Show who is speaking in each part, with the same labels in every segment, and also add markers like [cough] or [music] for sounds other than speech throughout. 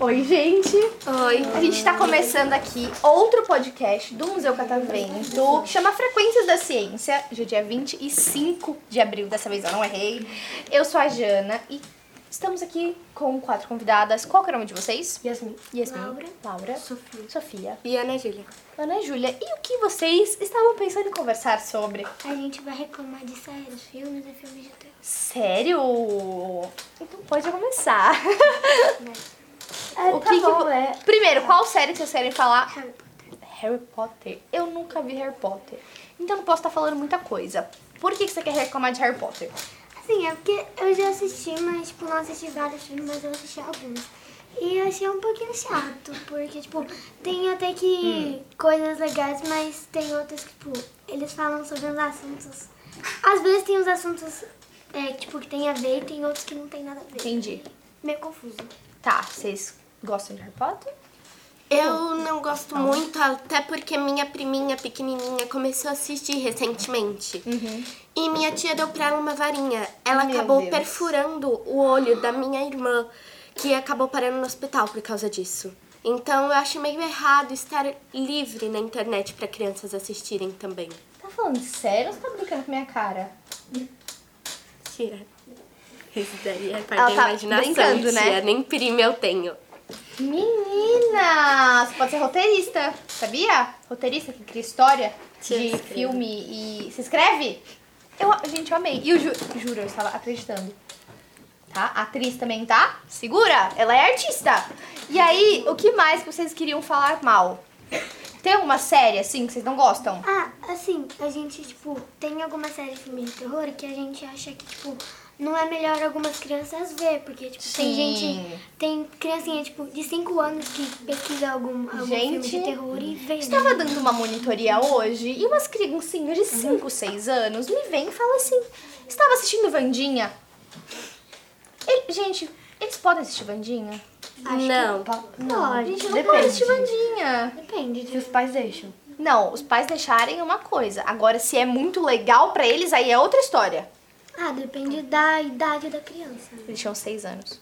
Speaker 1: Oi, gente!
Speaker 2: Oi, a gente está começando aqui outro podcast do Museu Catavento, que chama Frequências da Ciência, hoje é dia 25 de abril, dessa vez eu não errei. Eu sou a Jana e estamos aqui com quatro convidadas. Qual que é o nome de vocês?
Speaker 3: Yasmin.
Speaker 2: Yasmin, Laura, Sofia. Sofia,
Speaker 3: E Ana Júlia.
Speaker 2: Ana e Júlia. E o que vocês estavam pensando em conversar sobre?
Speaker 4: A gente vai reclamar de séries, filmes e filmes de terror.
Speaker 2: Sério? Então pode [laughs] começar.
Speaker 1: É,
Speaker 2: O
Speaker 1: tá
Speaker 2: que que
Speaker 1: bom,
Speaker 2: vo-
Speaker 1: é.
Speaker 2: Primeiro, qual série que vocês querem falar?
Speaker 4: Harry Potter.
Speaker 2: Harry Potter. Eu nunca vi Harry Potter. Então não posso estar falando muita coisa. Por que que você quer reclamar de Harry Potter?
Speaker 4: Assim, é porque eu já assisti, mas tipo, não assisti vários filmes, mas eu assisti alguns. E eu achei um pouquinho chato, porque, tipo, tem até
Speaker 3: Hum.
Speaker 4: que coisas legais, mas tem outras que, tipo, eles falam sobre uns assuntos. Às vezes tem uns assuntos, é, tipo, que tem a ver e tem outros que não tem nada a ver.
Speaker 2: Entendi.
Speaker 4: Meio confuso.
Speaker 2: Tá, vocês gostam de Harry Potter?
Speaker 3: Eu não gosto muito, até porque minha priminha pequenininha começou a assistir recentemente.
Speaker 4: Uhum.
Speaker 3: E minha tia deu pra ela uma varinha. Ela
Speaker 2: Meu
Speaker 3: acabou
Speaker 2: Deus.
Speaker 3: perfurando o olho da minha irmã, que acabou parando no hospital por causa disso. Então eu acho meio errado estar livre na internet pra crianças assistirem também.
Speaker 2: Tá falando sério ou você tá brincando com a minha cara?
Speaker 3: Tira. Isso daí é parte
Speaker 2: Ela
Speaker 3: da
Speaker 2: tá
Speaker 3: imaginação,
Speaker 2: brincando,
Speaker 3: tia.
Speaker 2: né?
Speaker 3: Nem prima eu tenho.
Speaker 2: Menina! Você pode ser roteirista, sabia? Roteirista que cria história
Speaker 3: Tia,
Speaker 2: de
Speaker 3: eu escrevo.
Speaker 2: filme e. Se escreve? Eu, gente, eu amei. E eu ju- juro, eu estava acreditando. Tá? A Atriz também, tá? Segura! Ela é artista! E aí, o que mais que vocês queriam falar mal? Tem alguma série assim que vocês não gostam?
Speaker 4: Ah, assim, a gente, tipo, tem algumas séries de filmes de terror que a gente acha que, tipo, não é melhor algumas crianças ver, porque, tipo,
Speaker 2: Sim.
Speaker 4: tem gente, tem criancinha, tipo, de 5 anos que pesquisa algum, algum filme
Speaker 2: Gente, tá
Speaker 4: de terror e vê. né?
Speaker 2: Estava dando uma monitoria hoje e umas criancinhas de 5, 6 anos me vem e fala assim: Estava assistindo Vandinha? Ele- gente, eles podem assistir Vandinha?
Speaker 3: não.
Speaker 4: Não,
Speaker 1: Pode.
Speaker 2: Gente, eu não pode
Speaker 1: Depende.
Speaker 2: assistir Vandinha.
Speaker 4: Depende.
Speaker 1: Se os pais deixam.
Speaker 2: Não, os pais deixarem é uma coisa. Agora, se é muito legal pra eles, aí é outra história.
Speaker 4: Ah, depende da idade da criança.
Speaker 2: Eles tinham 6 anos.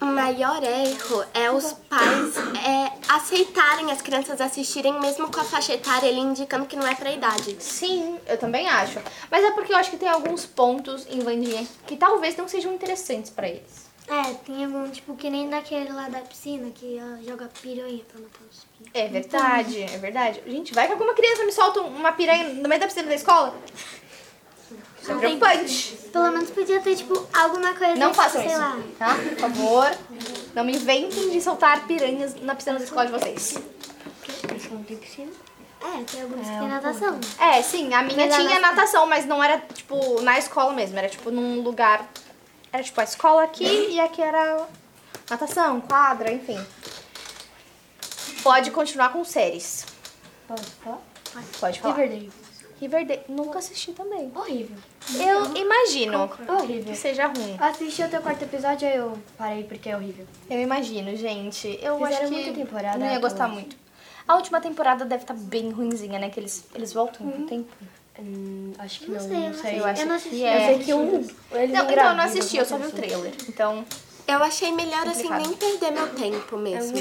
Speaker 3: O maior erro é os pais é, aceitarem as crianças assistirem mesmo com a faixa etária ali indicando que não é pra idade.
Speaker 2: Sim, eu também acho. Mas é porque eu acho que tem alguns pontos em Vandinha que talvez não sejam interessantes pra eles.
Speaker 4: É, tem algum, tipo, que nem daquele lá da piscina que ela joga piranha pra matar os pinhos.
Speaker 2: É verdade, é verdade. Gente, vai que alguma criança me solta um, uma piranha no meio da piscina da escola? Isso é preocupante.
Speaker 4: Pelo menos podia ter, tipo, alguma coisa,
Speaker 2: Não
Speaker 4: tipo,
Speaker 2: façam
Speaker 4: sei
Speaker 2: isso,
Speaker 4: lá.
Speaker 2: tá? Por favor, não me inventem de soltar piranhas na piscina da escola de vocês.
Speaker 1: Eles
Speaker 3: um
Speaker 1: não tem piscina.
Speaker 4: É, tem alguns que tem natação.
Speaker 2: É, sim, a minha
Speaker 4: Mas a
Speaker 2: tinha natação, mas não era, tipo, na escola mesmo. Era, tipo, num lugar... Era, tipo, a escola aqui e aqui era natação, quadra, enfim. Pode continuar com séries.
Speaker 1: Pode falar?
Speaker 2: Pode falar.
Speaker 1: Riverdale.
Speaker 2: Riverdale. Nunca assisti também.
Speaker 1: Horrível.
Speaker 4: Uhum.
Speaker 2: Eu imagino que
Speaker 1: Horrível.
Speaker 2: seja ruim.
Speaker 1: Eu assisti até o quarto episódio, aí eu parei porque é horrível.
Speaker 2: Eu imagino, gente. Eu
Speaker 1: Fizeram
Speaker 2: acho que
Speaker 1: muita temporada,
Speaker 2: não ia
Speaker 1: eu
Speaker 2: gostar
Speaker 1: acho.
Speaker 2: muito. A última temporada deve estar bem ruinzinha, né? Que eles, eles voltam no tempo.
Speaker 1: Hum, acho que
Speaker 4: Não
Speaker 1: não,
Speaker 4: sei, eu
Speaker 1: não
Speaker 4: não
Speaker 1: sei.
Speaker 2: Eu acho
Speaker 4: não
Speaker 2: que
Speaker 4: assisti,
Speaker 2: é.
Speaker 1: Eu sei que um. Eles
Speaker 2: Não, então eu não
Speaker 1: engravidam,
Speaker 2: assisti, eu só vi o
Speaker 1: alguma coisa
Speaker 2: trailer. Então,
Speaker 3: Eu achei melhor assim
Speaker 2: Complicado.
Speaker 3: nem perder meu tempo mesmo.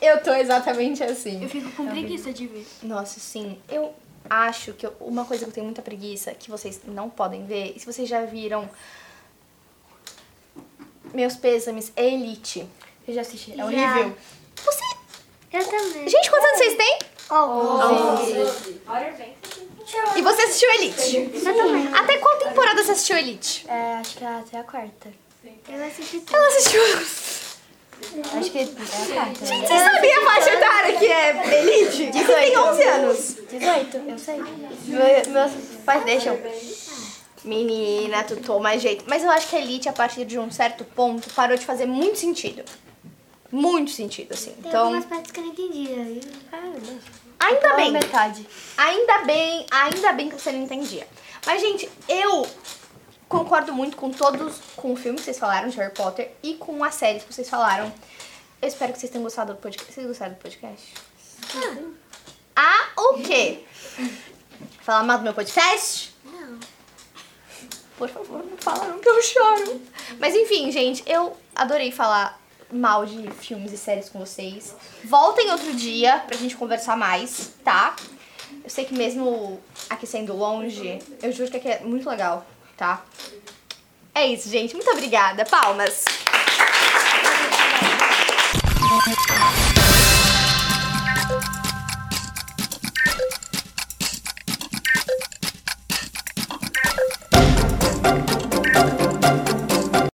Speaker 2: eu tô exatamente assim.
Speaker 4: fico com preguiça de ver.
Speaker 2: Nossa, sim. Eu acho que eu- uma coisa que eu tenho muita preguiça, que vocês não podem ver, e se vocês já viram. Meus pêsames, é Elite.
Speaker 1: assim. Eu já assisti. É
Speaker 4: Já.
Speaker 1: horrível.
Speaker 2: Você.
Speaker 4: Eu também.
Speaker 2: Gente, quantos anos vocês têm? E você assistiu Elite?
Speaker 4: Eu também.
Speaker 2: Até qual temporada você assistiu Elite?
Speaker 1: É, acho que é até a quarta.
Speaker 4: Eu assisti tudo.
Speaker 2: Ela assistiu.
Speaker 1: Acho que é a quarta. né?
Speaker 2: Você sabia a faixa etária que é Elite? Você tem 11 anos.
Speaker 1: 18, eu sei. Meu- meus pais deixam.
Speaker 2: Menina, tu toma jeito. Mas eu acho que a Elite, a partir de um certo ponto, parou de fazer muito sentido. Muito sentido, assim.
Speaker 4: Tem
Speaker 2: Então,
Speaker 4: algumas partes que eu não entendia. viu?
Speaker 2: ainda
Speaker 1: Pela
Speaker 2: bem.
Speaker 1: metade.
Speaker 2: Ainda bem, ainda bem que você não entendia. Mas, gente, eu concordo muito com todos, com o filme que vocês falaram de Harry Potter e com as séries que vocês falaram. Eu espero que vocês tenham gostado do podcast. Vocês gostaram do podcast? A o quê? Falar mal do meu podcast?
Speaker 4: Não.
Speaker 2: Por favor, não fala não que eu choro. Mas enfim, gente, eu adorei falar mal de filmes e séries com vocês. Voltem outro dia pra gente conversar mais, tá? Eu sei que mesmo aqui sendo longe, eu juro que aqui é muito legal, tá? É isso, gente. Muito obrigada. Palmas.